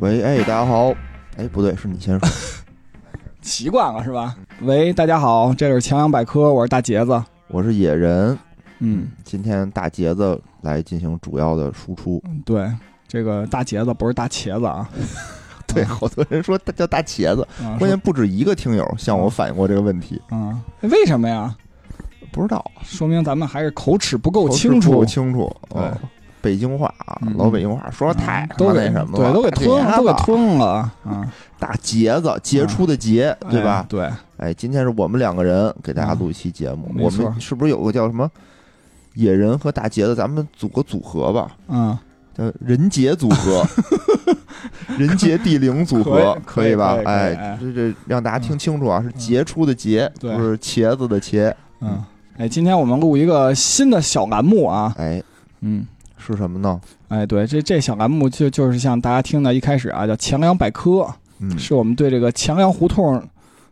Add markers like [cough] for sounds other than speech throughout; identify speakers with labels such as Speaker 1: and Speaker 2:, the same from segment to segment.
Speaker 1: 喂，哎，大家好，哎，不对，是你先说，
Speaker 2: 习惯了是吧？喂，大家好，这里是强阳百科，我是大杰子。
Speaker 1: 我是野人，
Speaker 2: 嗯，
Speaker 1: 今天大杰子来进行主要的输出。
Speaker 2: 对，这个大杰子不是大茄子啊。
Speaker 1: 对，好多人说他叫大茄子，
Speaker 2: 啊
Speaker 1: 关键不止一个听友向我反映过这个问题，
Speaker 2: 啊，为什么呀？
Speaker 1: 不知道
Speaker 2: 说明咱们还是口齿不够
Speaker 1: 口齿
Speaker 2: 清
Speaker 1: 不
Speaker 2: 楚，
Speaker 1: 清楚，
Speaker 2: 对
Speaker 1: 嗯，北京话啊
Speaker 2: 嗯，
Speaker 1: 老北京话说得太
Speaker 2: 啊
Speaker 1: 他
Speaker 2: 都
Speaker 1: 妈
Speaker 2: 给
Speaker 1: 那什么
Speaker 2: 对，
Speaker 1: 了，
Speaker 2: 都给
Speaker 1: 大姐
Speaker 2: 吞了，都给
Speaker 1: 子
Speaker 2: 吞了啊，
Speaker 1: 大杰子，杰出的杰，对
Speaker 2: 哎
Speaker 1: 吧？
Speaker 2: 对，
Speaker 1: 哎，今天是我们两个人给大家录一期节目，
Speaker 2: 嗯
Speaker 1: 我
Speaker 2: 没错
Speaker 1: 们是不是有个叫什么野人和大杰子，咱们组个组合吧？
Speaker 2: 嗯，
Speaker 1: 叫呃人杰组
Speaker 2: [laughs]
Speaker 1: 合，人杰地灵组合
Speaker 2: 可以可以
Speaker 1: 以吧
Speaker 2: 可以？可以
Speaker 1: 哎
Speaker 2: 哎，嗯
Speaker 1: 这这让大家听清楚啊，是杰出的杰，
Speaker 2: 对
Speaker 1: 不是茄子的茄。
Speaker 2: 嗯，哎，今天我们录一个新的小栏目啊，
Speaker 1: 哎，
Speaker 2: 嗯，
Speaker 1: 是什么呢？
Speaker 2: 哎，对，这这小栏目就就是像大家听的一开始啊，叫强阳百科，
Speaker 1: 嗯，
Speaker 2: 是我们对这个强阳胡同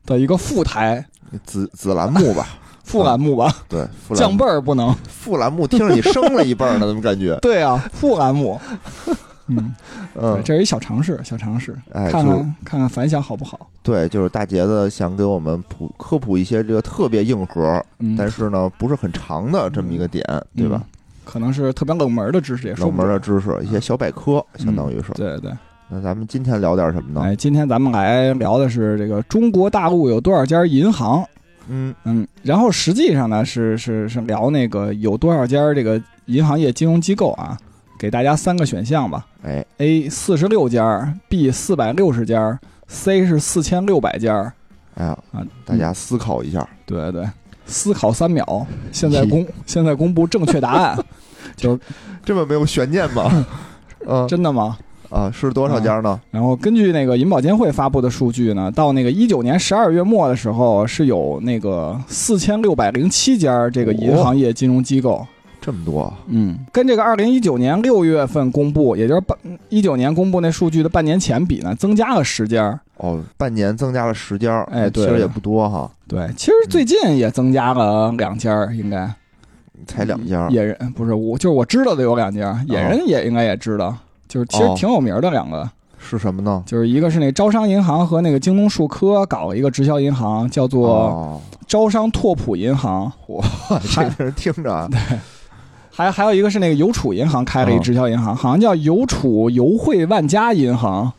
Speaker 2: 的一个副台
Speaker 1: 紫紫兰木吧？
Speaker 2: 副栏目吧，
Speaker 1: 对，富兰
Speaker 2: 降
Speaker 1: 木
Speaker 2: 辈儿不能，
Speaker 1: [laughs] 富兰木，听着你升了一辈儿呢，怎么感觉？
Speaker 2: [laughs] 对啊，副栏目， [laughs] 嗯，对
Speaker 1: 嗯，
Speaker 2: 这是一小尝试，小尝试，
Speaker 1: 哎，
Speaker 2: 看
Speaker 1: 就
Speaker 2: 看看看反响好不好，
Speaker 1: 对，就是大杰子想给我们普科普一些这个特别硬核，
Speaker 2: 嗯，
Speaker 1: 但是呢不是很长的这么一个点，对吧？
Speaker 2: 嗯？可能是特别冷门的知识，也说
Speaker 1: 冷
Speaker 2: 不
Speaker 1: 门
Speaker 2: 准嗯
Speaker 1: 的知识，一些小百科，相当于是。
Speaker 2: 对对，
Speaker 1: 那咱们今天聊点什么呢？
Speaker 2: 哎，今天咱们来聊的是这个中国大陆有多少家银行？
Speaker 1: 嗯，
Speaker 2: 嗯，然后实际上呢，是是是聊那个有多少家这个银行业金融机构啊？给大家三个选项吧
Speaker 1: 哎，
Speaker 2: ：A 四十六家，B 四百六十家，C 是四千六百家啊
Speaker 1: 哎呀，。
Speaker 2: 嗯
Speaker 1: 大家思考一下，
Speaker 2: 对对，思考三秒，现在公现在公布正确答案，就是
Speaker 1: 这么没有悬念吗？
Speaker 2: [laughs]
Speaker 1: 嗯
Speaker 2: 真的吗？
Speaker 1: 啊，是多少家呢？
Speaker 2: 然后根据那个银保监会发布的数据呢，到那个一九年十二月末的时候，是有那个四千六百零七家这个银行业金融机构。
Speaker 1: 这么多，
Speaker 2: 嗯，跟这个二零一九年六月份公布，也就是半一九年公布那数据的半年前比呢，增加了十家。
Speaker 1: 哦，半年增加了十家，
Speaker 2: 哎对
Speaker 1: 其实也不多哈，
Speaker 2: 对，其实最近也增加了两家，应该
Speaker 1: 才两家。
Speaker 2: 嗯野人不是我，就是我知道的有两家，野人也应该也知道，就是其实
Speaker 1: 哦
Speaker 2: 挺有名的两个。
Speaker 1: 是什么呢？
Speaker 2: 就是一个是那招商银行和那个京东数科搞了一个直销银行，叫做
Speaker 1: 哦，
Speaker 2: 招商拓普银行，
Speaker 1: 这个人听着
Speaker 2: [laughs]
Speaker 1: 啊，
Speaker 2: 还还有一个是那个邮储银行开了一直销银行，好像叫邮储邮汇万家银行。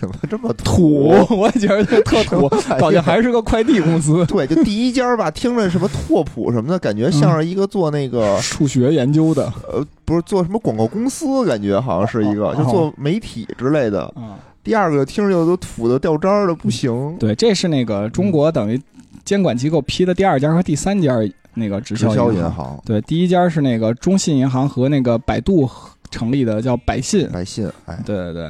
Speaker 1: 怎么这么
Speaker 2: 土
Speaker 1: 土？，
Speaker 2: [laughs]
Speaker 1: 哎
Speaker 2: 我也觉得这
Speaker 1: [laughs]
Speaker 2: 特土，好像还是个快递公司，
Speaker 1: 对，就第一家吧，听着什么拓普什么的，感
Speaker 2: 嗯
Speaker 1: 觉像是一个做那个
Speaker 2: 数学研究的。
Speaker 1: 呃，不是做什么广告公司，感觉好像是一
Speaker 2: 哦
Speaker 1: 个，
Speaker 2: 哦
Speaker 1: 就做媒体之类的。
Speaker 2: 啊，
Speaker 1: 第二个听着就都土的掉渣儿的不行，
Speaker 2: 对，这是那个中国等于监管机构批的第二家和第三家那个直
Speaker 1: 直
Speaker 2: 销
Speaker 1: 销银
Speaker 2: 行。
Speaker 1: 行、
Speaker 2: 对，第一家是那个中信银行和那个百度成立的，叫百信。
Speaker 1: 来信，哎，
Speaker 2: 对对对。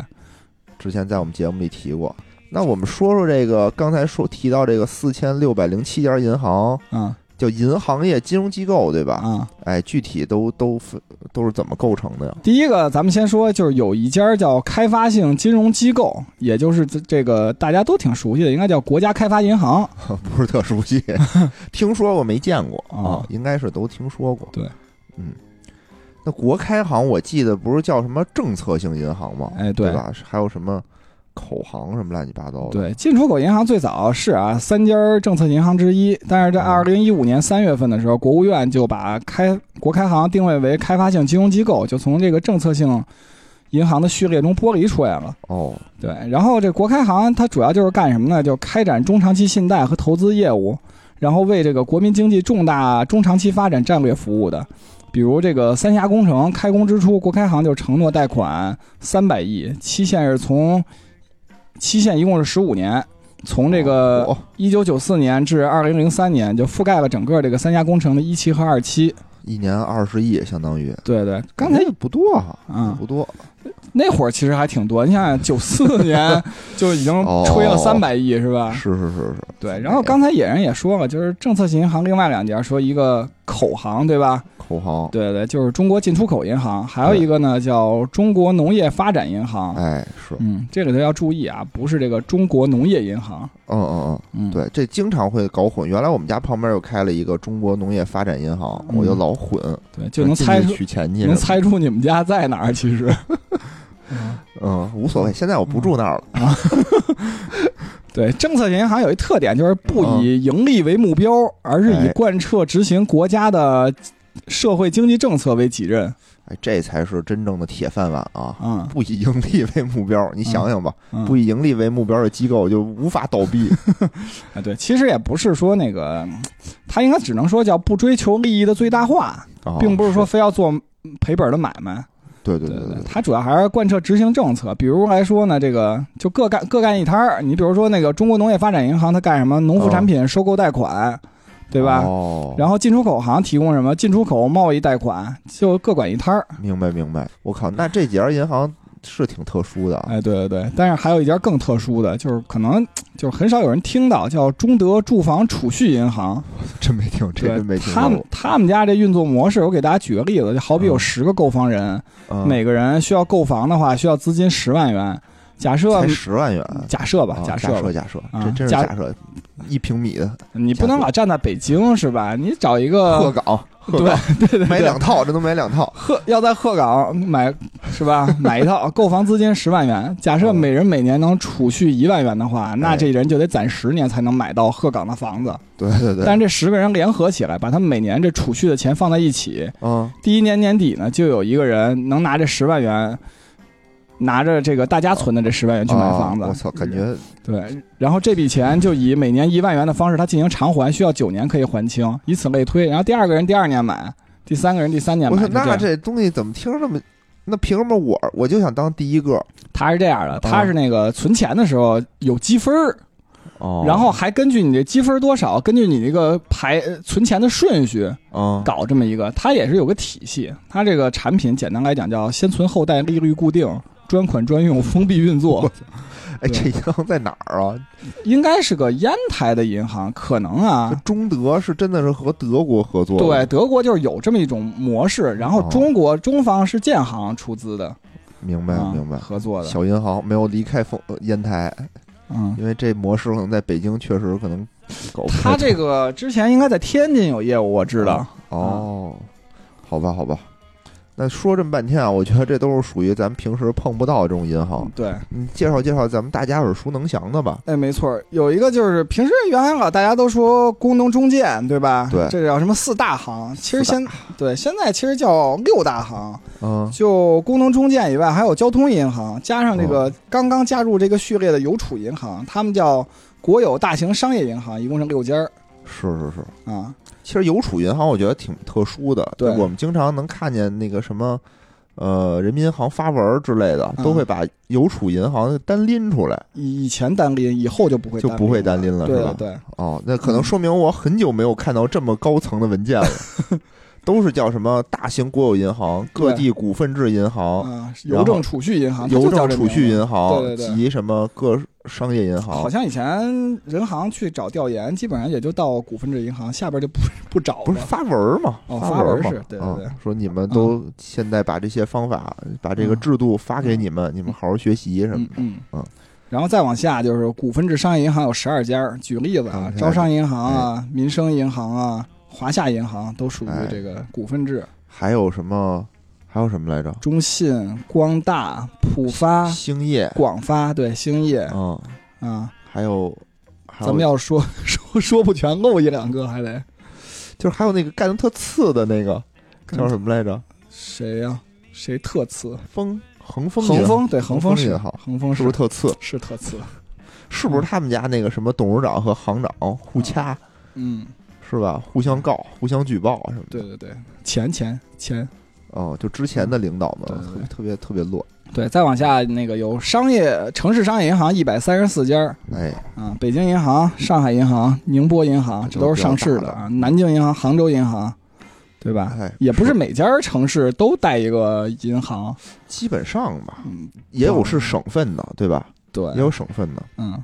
Speaker 1: 之前在我们节目里提过。那我们说说这个，刚才说提到这个四千六百零七家银行，
Speaker 2: 啊
Speaker 1: 叫银行业金融机构，对吧？
Speaker 2: 啊！
Speaker 1: 哎，具体都都分都是怎么构成的呀？ [laughs]
Speaker 2: 第一个，咱们先说，就是有一家叫开发性金融机构，也就是这这个大家都挺熟悉的，应该叫国家开发银行。
Speaker 1: 不是特熟
Speaker 2: [laughs]
Speaker 1: 悉，听说过没见过
Speaker 2: 哦
Speaker 1: 啊，应该是都听说过。
Speaker 2: 对，
Speaker 1: 嗯，那国开行我记得不是叫什么政策性银行吗？
Speaker 2: 哎对
Speaker 1: 对吧？还有什么口行什么乱七八糟的？，
Speaker 2: 对，进出口银行最早是啊三家政策银行之一，但是在二
Speaker 1: 嗯
Speaker 2: 零一五年三月份的时候，国务院就把开国开行定位为开发性金融机构，就从这个政策性银行的序列中剥离出来了。
Speaker 1: 哦，
Speaker 2: 对，然后这国开行它主要就是干什么呢？就开展中长期信贷和投资业务，然后为这个国民经济重大中长期发展战略服务的。比如这个三峡工程开工之初，国开行就承诺贷款三百亿，期限是从期限一共是十五年，从这个
Speaker 1: 哦
Speaker 2: 一九九四年至二零零三年，就覆盖了整个这个三峡工程的一期和二期。
Speaker 1: 一年二十亿，相当于
Speaker 2: 对对，刚才
Speaker 1: 哎不多啊，
Speaker 2: 嗯
Speaker 1: 不多。
Speaker 2: 那会儿其实还挺多，你想想九四年 [laughs] 就已经吹了
Speaker 1: 哦
Speaker 2: 三百亿是吧？
Speaker 1: 是是是是，
Speaker 2: 对，然后刚才野人也说了，就是政策性银行另外两家，说一个口行，对吧？
Speaker 1: 口行，
Speaker 2: 对对，就是中国进出口银行，还有一个呢叫中国农业发展银行。
Speaker 1: 哎，是，嗯
Speaker 2: 嗯，这里头要注意啊，不是这个中国农业银行。
Speaker 1: 嗯
Speaker 2: 嗯，
Speaker 1: 嗯，，对，这经常会搞混。原来我们家旁边又开了一个中国农业发展银行，
Speaker 2: 嗯
Speaker 1: 我就老混，
Speaker 2: 对，就能
Speaker 1: 进
Speaker 2: 猜
Speaker 1: 去
Speaker 2: 出，
Speaker 1: 取钱去，
Speaker 2: 能猜出你们家在哪儿。其实， [laughs] 嗯
Speaker 1: 嗯，无所谓。现在我不住那儿了，
Speaker 2: 对，政策型银行有一特点，就是不以盈利为目标，而是以
Speaker 1: 哎
Speaker 2: 贯彻执行国家的社会经济政策为己任。
Speaker 1: 哎，这才是真正的铁饭碗啊！
Speaker 2: 啊、
Speaker 1: [laughs] 不以盈利为目标，你想想吧，
Speaker 2: 嗯，
Speaker 1: 不以盈利为目标的机构就无法倒
Speaker 2: [laughs]
Speaker 1: 闭。
Speaker 2: 啊，对，其实也不是说那个，他应该只能说叫不追求利益的最大化，
Speaker 1: 啊
Speaker 2: 并哦不是说非要做赔本的买卖。
Speaker 1: 对对
Speaker 2: 对
Speaker 1: 对
Speaker 2: 对，它主要还是贯彻执行政策。比如来说呢，这个就各干各干一摊儿。你比如说那个中国农业发展银行，它干什么？农副产品收购贷款，对吧？
Speaker 1: 哦，
Speaker 2: 然后进出口行提供什么？进出口贸易贷款，就各管一摊儿。
Speaker 1: 明白明白。我靠，那这几家银行是挺特殊的啊。
Speaker 2: 哎，对对对，但是还有一家更特殊的，就是可能就是很少有人听到，叫中德住房储蓄银行。
Speaker 1: 真没听，这
Speaker 2: 对
Speaker 1: 真没听
Speaker 2: 他们
Speaker 1: 过。
Speaker 2: 他们家这运作模式，我给大家举个例子，就好比有
Speaker 1: 嗯
Speaker 2: 十个购房人，
Speaker 1: 嗯
Speaker 2: 每个人需要购房的话，需要资金十万元。假设嗯
Speaker 1: 才十万元，
Speaker 2: 假设吧
Speaker 1: 啊，
Speaker 2: 假
Speaker 1: 假
Speaker 2: 设吧
Speaker 1: 假设，
Speaker 2: 啊
Speaker 1: 这真是
Speaker 2: 假
Speaker 1: 假设，一平米的
Speaker 2: 你不能老站在北京是吧？你找一
Speaker 1: 鹤
Speaker 2: 个
Speaker 1: 岗，鹤
Speaker 2: 呃 [laughs] 对
Speaker 1: 岗
Speaker 2: 对对对，
Speaker 1: 买两套，这能买两套。
Speaker 2: 鹤要在鹤岗买
Speaker 1: [laughs]
Speaker 2: 是吧？买一套，购房资金十万元，假设
Speaker 1: 嗯
Speaker 2: 每人每年能储蓄一万元的话，那
Speaker 1: 哎
Speaker 2: 这人就得攒十年才能买到鹤岗的房子。
Speaker 1: 对对对，
Speaker 2: 但是这十个人联合起来，把他们每年这储蓄的钱放在一起，
Speaker 1: 嗯，
Speaker 2: 第一年年底呢，就有一个人能拿着十万元。拿着这个大家存的这十万元去买房子，
Speaker 1: 啊我操，感觉
Speaker 2: 对，然后这笔钱就以每年一万元的方式，他进行偿还，需要九年可以还清，以此类推。然后第二个人第二年买，第三个人第三年
Speaker 1: 我
Speaker 2: 买，
Speaker 1: 说
Speaker 2: 就这
Speaker 1: 那
Speaker 2: 样
Speaker 1: 这东西怎么听着那么？那凭什么我我就想当第一个？
Speaker 2: 他是这样的，他是那个存钱的时候有积分儿，
Speaker 1: 哦
Speaker 2: 然后还根据你这积分儿多少，根据你这个排呃存钱的顺序
Speaker 1: 嗯，
Speaker 2: 搞这么一个，它也是有个体系。它这个产品简单来讲叫先存后贷，利率固定。专款专用，封闭
Speaker 1: [laughs]
Speaker 2: 运作，
Speaker 1: 哎，这银行在哪儿啊？
Speaker 2: 应该是个烟台的银行，可能啊
Speaker 1: 这，中德是真的是和德国合作
Speaker 2: 对，
Speaker 1: 的，
Speaker 2: 德国就是有这么一种模式，然后
Speaker 1: 哦
Speaker 2: 中国、中方是建行出资的，
Speaker 1: 明白
Speaker 2: 啊
Speaker 1: 明白。
Speaker 2: 合作的，
Speaker 1: 小银行没有离开丰呃烟台，
Speaker 2: 嗯。
Speaker 1: 因为这模式可能在北京确实可能搞不太
Speaker 2: 他这个之前应该在天津有业务，我知道。
Speaker 1: 哦，好吧好吧。那说这么半天啊，我觉得这都是属于咱们平时碰不到的这种银行。
Speaker 2: 嗯对，
Speaker 1: 你介绍介绍咱们大家耳熟能详的吧？
Speaker 2: 哎，没错儿，有一个就是平时原来啊老大家都说工农中建，对吧？
Speaker 1: 对
Speaker 2: 这叫什么四大行？其实
Speaker 1: 四大
Speaker 2: 现对现在其实叫六大行，
Speaker 1: 嗯，
Speaker 2: 就工农中建以外，还有交通银行，加上这
Speaker 1: 哦
Speaker 2: 个刚刚加入这个序列的邮储银行，他们叫国有大型商业银行，一共是六家儿
Speaker 1: 是是是。
Speaker 2: 啊。
Speaker 1: 其实邮储银行我觉得挺特殊的，
Speaker 2: 对
Speaker 1: 我们经常能看见那个什么，呃，人民银行发文儿之类的，
Speaker 2: 嗯
Speaker 1: 都会把邮储银行单拎出来，
Speaker 2: 以以前单拎，以后就不会
Speaker 1: 就不会单拎了，
Speaker 2: 对
Speaker 1: 是
Speaker 2: 对
Speaker 1: 吧？
Speaker 2: 对，
Speaker 1: 哦，那可能说明我很久没有看到这么高层的文件了，都是叫什么大型国有银行、各地股份制银行、
Speaker 2: 啊，
Speaker 1: 哦然后
Speaker 2: 邮政储蓄银行，它
Speaker 1: 邮
Speaker 2: 啊就叫
Speaker 1: 政
Speaker 2: 这
Speaker 1: 储蓄
Speaker 2: 名字
Speaker 1: 银行
Speaker 2: 对对对
Speaker 1: 及什么各商业银
Speaker 2: 好
Speaker 1: 行。
Speaker 2: 像以前人行去找调研，基本上也就到股份制银行下边就不不找了。
Speaker 1: 不是发文儿嘛？
Speaker 2: 哦
Speaker 1: 发文儿
Speaker 2: 发
Speaker 1: 嘛
Speaker 2: 文儿是对对对嗯
Speaker 1: 啊说你们都现在把这些方法、把这个制度发给你们，你们好好学习什么
Speaker 2: 嗯
Speaker 1: 的。
Speaker 2: 嗯
Speaker 1: 嗯
Speaker 2: 然后再往下就是股份制商业银行有十二家，举例子啊
Speaker 1: 嗯，
Speaker 2: 招商银行
Speaker 1: 哎
Speaker 2: 啊、民生银行啊、华夏银行都属于这个股份制，
Speaker 1: 还有什么？还有什么来着？
Speaker 2: 中信、光大、浦发、
Speaker 1: 兴业，
Speaker 2: 广发，啊对兴业
Speaker 1: 嗯，
Speaker 2: 啊，
Speaker 1: 还有，还
Speaker 2: 咱们
Speaker 1: 有
Speaker 2: 要说 [laughs] 说说不全，漏一两个还得
Speaker 1: 就是还有那个干的特次的那个
Speaker 2: 干得
Speaker 1: 叫什么来着？
Speaker 2: 谁呀？谁特次？
Speaker 1: 丰恒丰
Speaker 2: 恒
Speaker 1: 银行
Speaker 2: 丰对恒
Speaker 1: 丰
Speaker 2: 丰是
Speaker 1: 银行
Speaker 2: 恒丰
Speaker 1: 是不是特次？
Speaker 2: 是特次？
Speaker 1: 是不是他们家那个什么董事长和行长互掐
Speaker 2: 嗯，
Speaker 1: 是吧？互相告、互相举报什么的。
Speaker 2: 对对对，钱钱钱。
Speaker 1: 哦，就之前的领导们
Speaker 2: 嗯对
Speaker 1: 特别
Speaker 2: 对对
Speaker 1: 特别特别乱。
Speaker 2: 对，再往下那个有商业城市商业银行一百三十四家儿
Speaker 1: 哎，
Speaker 2: 啊，北京银行、上海银行、宁波银行，这都是上市的啊，南京银行、杭州银行，对吧
Speaker 1: 哎？
Speaker 2: 啊也不是每家儿城市都带一个银行，
Speaker 1: 基本上吧，
Speaker 2: 嗯，
Speaker 1: 也有是省份的，对吧？
Speaker 2: 对，
Speaker 1: 也有省份的，
Speaker 2: 嗯，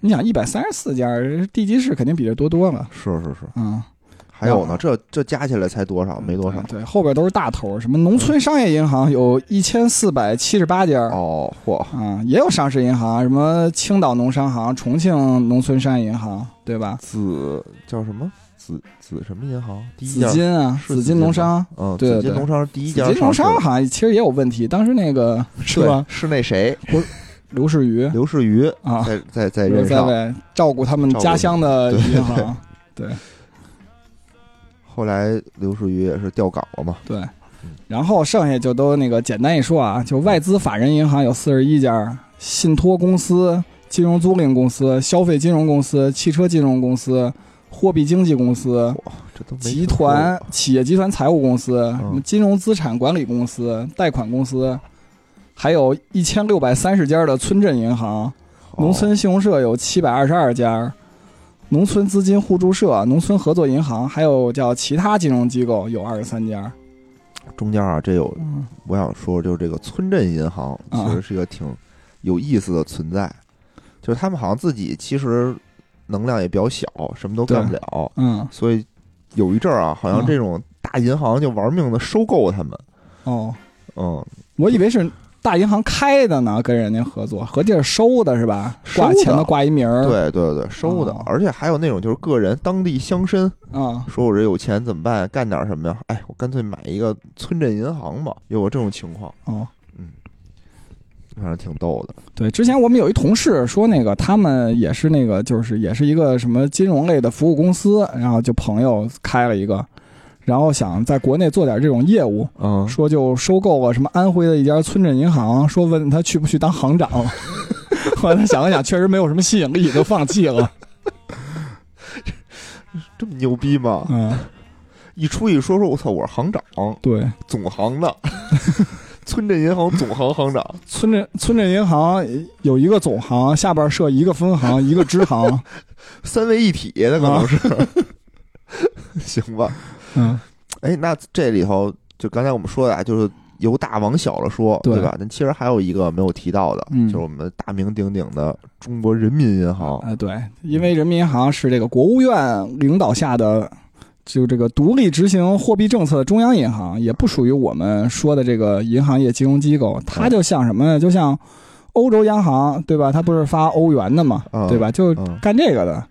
Speaker 2: 你想一百三十四家儿，地级市肯定比这多多了，
Speaker 1: 是是是。
Speaker 2: 嗯，
Speaker 1: 还有呢，这这加起来才多少？没多少。
Speaker 2: 对，后边都是大头儿，什么农村商业银行有一千四百七十八家儿，
Speaker 1: 哦，嚯，
Speaker 2: 啊，也有上市银行，什么青岛农商行、重庆农村商业银行，对吧？
Speaker 1: 紫叫什么？紫紫什么银行？第一
Speaker 2: 紫
Speaker 1: 家
Speaker 2: 金啊，
Speaker 1: 是
Speaker 2: 紫金农商，
Speaker 1: 嗯，
Speaker 2: 对
Speaker 1: 紫金
Speaker 2: 对
Speaker 1: 农商是第一
Speaker 2: 紫
Speaker 1: 家
Speaker 2: 金农商
Speaker 1: 上市
Speaker 2: 好像其实也有问题，当时那个是
Speaker 1: 对
Speaker 2: 吧？
Speaker 1: 是那谁
Speaker 2: 刘士余
Speaker 1: 刘士余
Speaker 2: 啊，
Speaker 1: 在在在
Speaker 2: 刘
Speaker 1: 任
Speaker 2: 在
Speaker 1: 上，
Speaker 2: 位照顾他们家乡的银行，
Speaker 1: 后来刘士余也是调岗了嘛，
Speaker 2: 对。 [laughs] 然后剩下就都那个简单一说啊，就外资法人银行有四十一家，信托公司、金融租赁公司、消费金融公司、汽车金融公司、货币经纪公司、
Speaker 1: 这都没
Speaker 2: 嗯集团企业集团财务公司、
Speaker 1: 嗯
Speaker 2: 什么金融资产管理公司、贷款公司，还有一千六百三十家的村镇银行，农村信用社有七百二十二家，农村资金互助社、农村合作银行，还有叫其他金融机构有二十三家。
Speaker 1: 哦中间啊，这有
Speaker 2: 嗯，
Speaker 1: 我想说，就是这个村镇银行
Speaker 2: 啊
Speaker 1: 其实是一个挺有意思的存在，就是他们好像自己其实能量也比较小，什么都干不了，
Speaker 2: 嗯，
Speaker 1: 所以有一阵儿啊，好像
Speaker 2: 嗯
Speaker 1: 这种大银行就玩命的收购他们，
Speaker 2: 哦，
Speaker 1: 嗯，
Speaker 2: 我以为是大银行开的呢，跟人家合作，合计是收的是吧？
Speaker 1: 收的
Speaker 2: 挂前头挂一名儿。
Speaker 1: 对对对，收的
Speaker 2: 哦，
Speaker 1: 而且还有那种就是个人当地乡绅，
Speaker 2: 啊，
Speaker 1: 说我这有钱怎么办？干点什么呀？哎，我干脆买一个村镇银行吧，有过这种情况，
Speaker 2: 哦，
Speaker 1: 反正挺逗的，
Speaker 2: 对，之前我们有一同事说，那个他们也是那个，就是也是一个什么金融类的服务公司，然后就朋友开了一个，然后想在国内做点这种业务，
Speaker 1: 嗯，
Speaker 2: 说就收购啊了什么安徽的一家村镇银行，说问他去不去当行长，
Speaker 1: [laughs]
Speaker 2: 后来他想了想，确实没有什么吸引力，就放弃
Speaker 1: [laughs]
Speaker 2: 了。
Speaker 1: 这么牛逼吗？
Speaker 2: 嗯，
Speaker 1: 一出去说说，我操，我是行长，
Speaker 2: 对，
Speaker 1: 总行的， [laughs] 村镇银行总行行长，
Speaker 2: 村镇村镇银行有一个总行，下边设一个分行、一个支
Speaker 1: [laughs]
Speaker 2: 行。
Speaker 1: 三位一体，那可能是，
Speaker 2: 啊
Speaker 1: [laughs] 行吧？
Speaker 2: 嗯，
Speaker 1: 哎，那这里头就刚才我们说的，啊，就是由大往小了说，
Speaker 2: 对
Speaker 1: 对吧？那其实还有一个没有提到的，
Speaker 2: 嗯
Speaker 1: 就是我们大名鼎鼎的中国人民银行，
Speaker 2: 哎，对，因为人民银行是这个国务院领导下的，就这个独立执行货币政策的中央银行，也不属于我们说的这个银行业金融机构。它就像什么呢？就像欧洲央行，对吧？它不是发欧元的嘛，
Speaker 1: 嗯
Speaker 2: 对吧？就
Speaker 1: 嗯
Speaker 2: 干这个的。嗯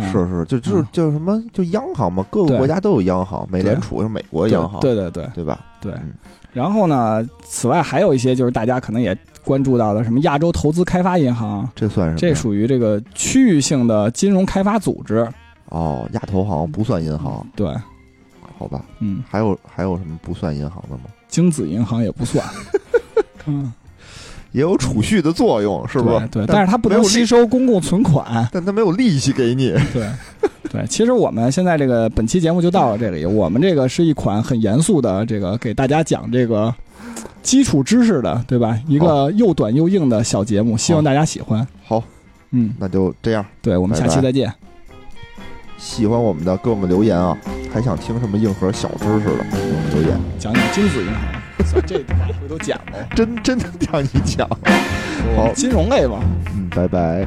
Speaker 1: 是是，就就是
Speaker 2: 嗯
Speaker 1: 就是什么，就央行嘛，各个
Speaker 2: 对
Speaker 1: 国家都有央行，美联
Speaker 2: 对
Speaker 1: 储是美国
Speaker 2: 对
Speaker 1: 央行，
Speaker 2: 对对对
Speaker 1: 对吧？
Speaker 2: 对
Speaker 1: 嗯。
Speaker 2: 然后呢，此外还有一些就是大家可能也关注到的，什么亚洲投资开发银行，
Speaker 1: 这算什么
Speaker 2: 这
Speaker 1: 呀？
Speaker 2: 属于这个区域性的金融开发组织。
Speaker 1: 哦，亚投行不算银行，
Speaker 2: 对，
Speaker 1: 好吧？
Speaker 2: 嗯，
Speaker 1: 还有还有什么不算银行的吗？
Speaker 2: 精子银行也
Speaker 1: [laughs]
Speaker 2: 不算。嗯，
Speaker 1: 也有储蓄的作用，是不？
Speaker 2: 对，对但是它不
Speaker 1: 没
Speaker 2: 能
Speaker 1: 有利
Speaker 2: 吸收公共
Speaker 1: [laughs]
Speaker 2: 存款。
Speaker 1: 但它没有利息给你。
Speaker 2: 对，对。其实我们现在这个本期节目就到了这里。我们这个是一款很严肃的，这个给大家讲这个基础知识的，对吧？一个又短又硬的小节目，希望大家喜欢。
Speaker 1: 好，
Speaker 2: 嗯，
Speaker 1: 那就这样。
Speaker 2: 对，我们下期
Speaker 1: 拜拜
Speaker 2: 再见。
Speaker 1: 喜欢我们的，给我们留言啊！还想听什么硬核小知识的，给我们留言。
Speaker 2: 讲讲精子银行，算这话回头讲吧。
Speaker 1: 真真的让你讲，
Speaker 2: 金融类吧。
Speaker 1: 嗯，拜拜。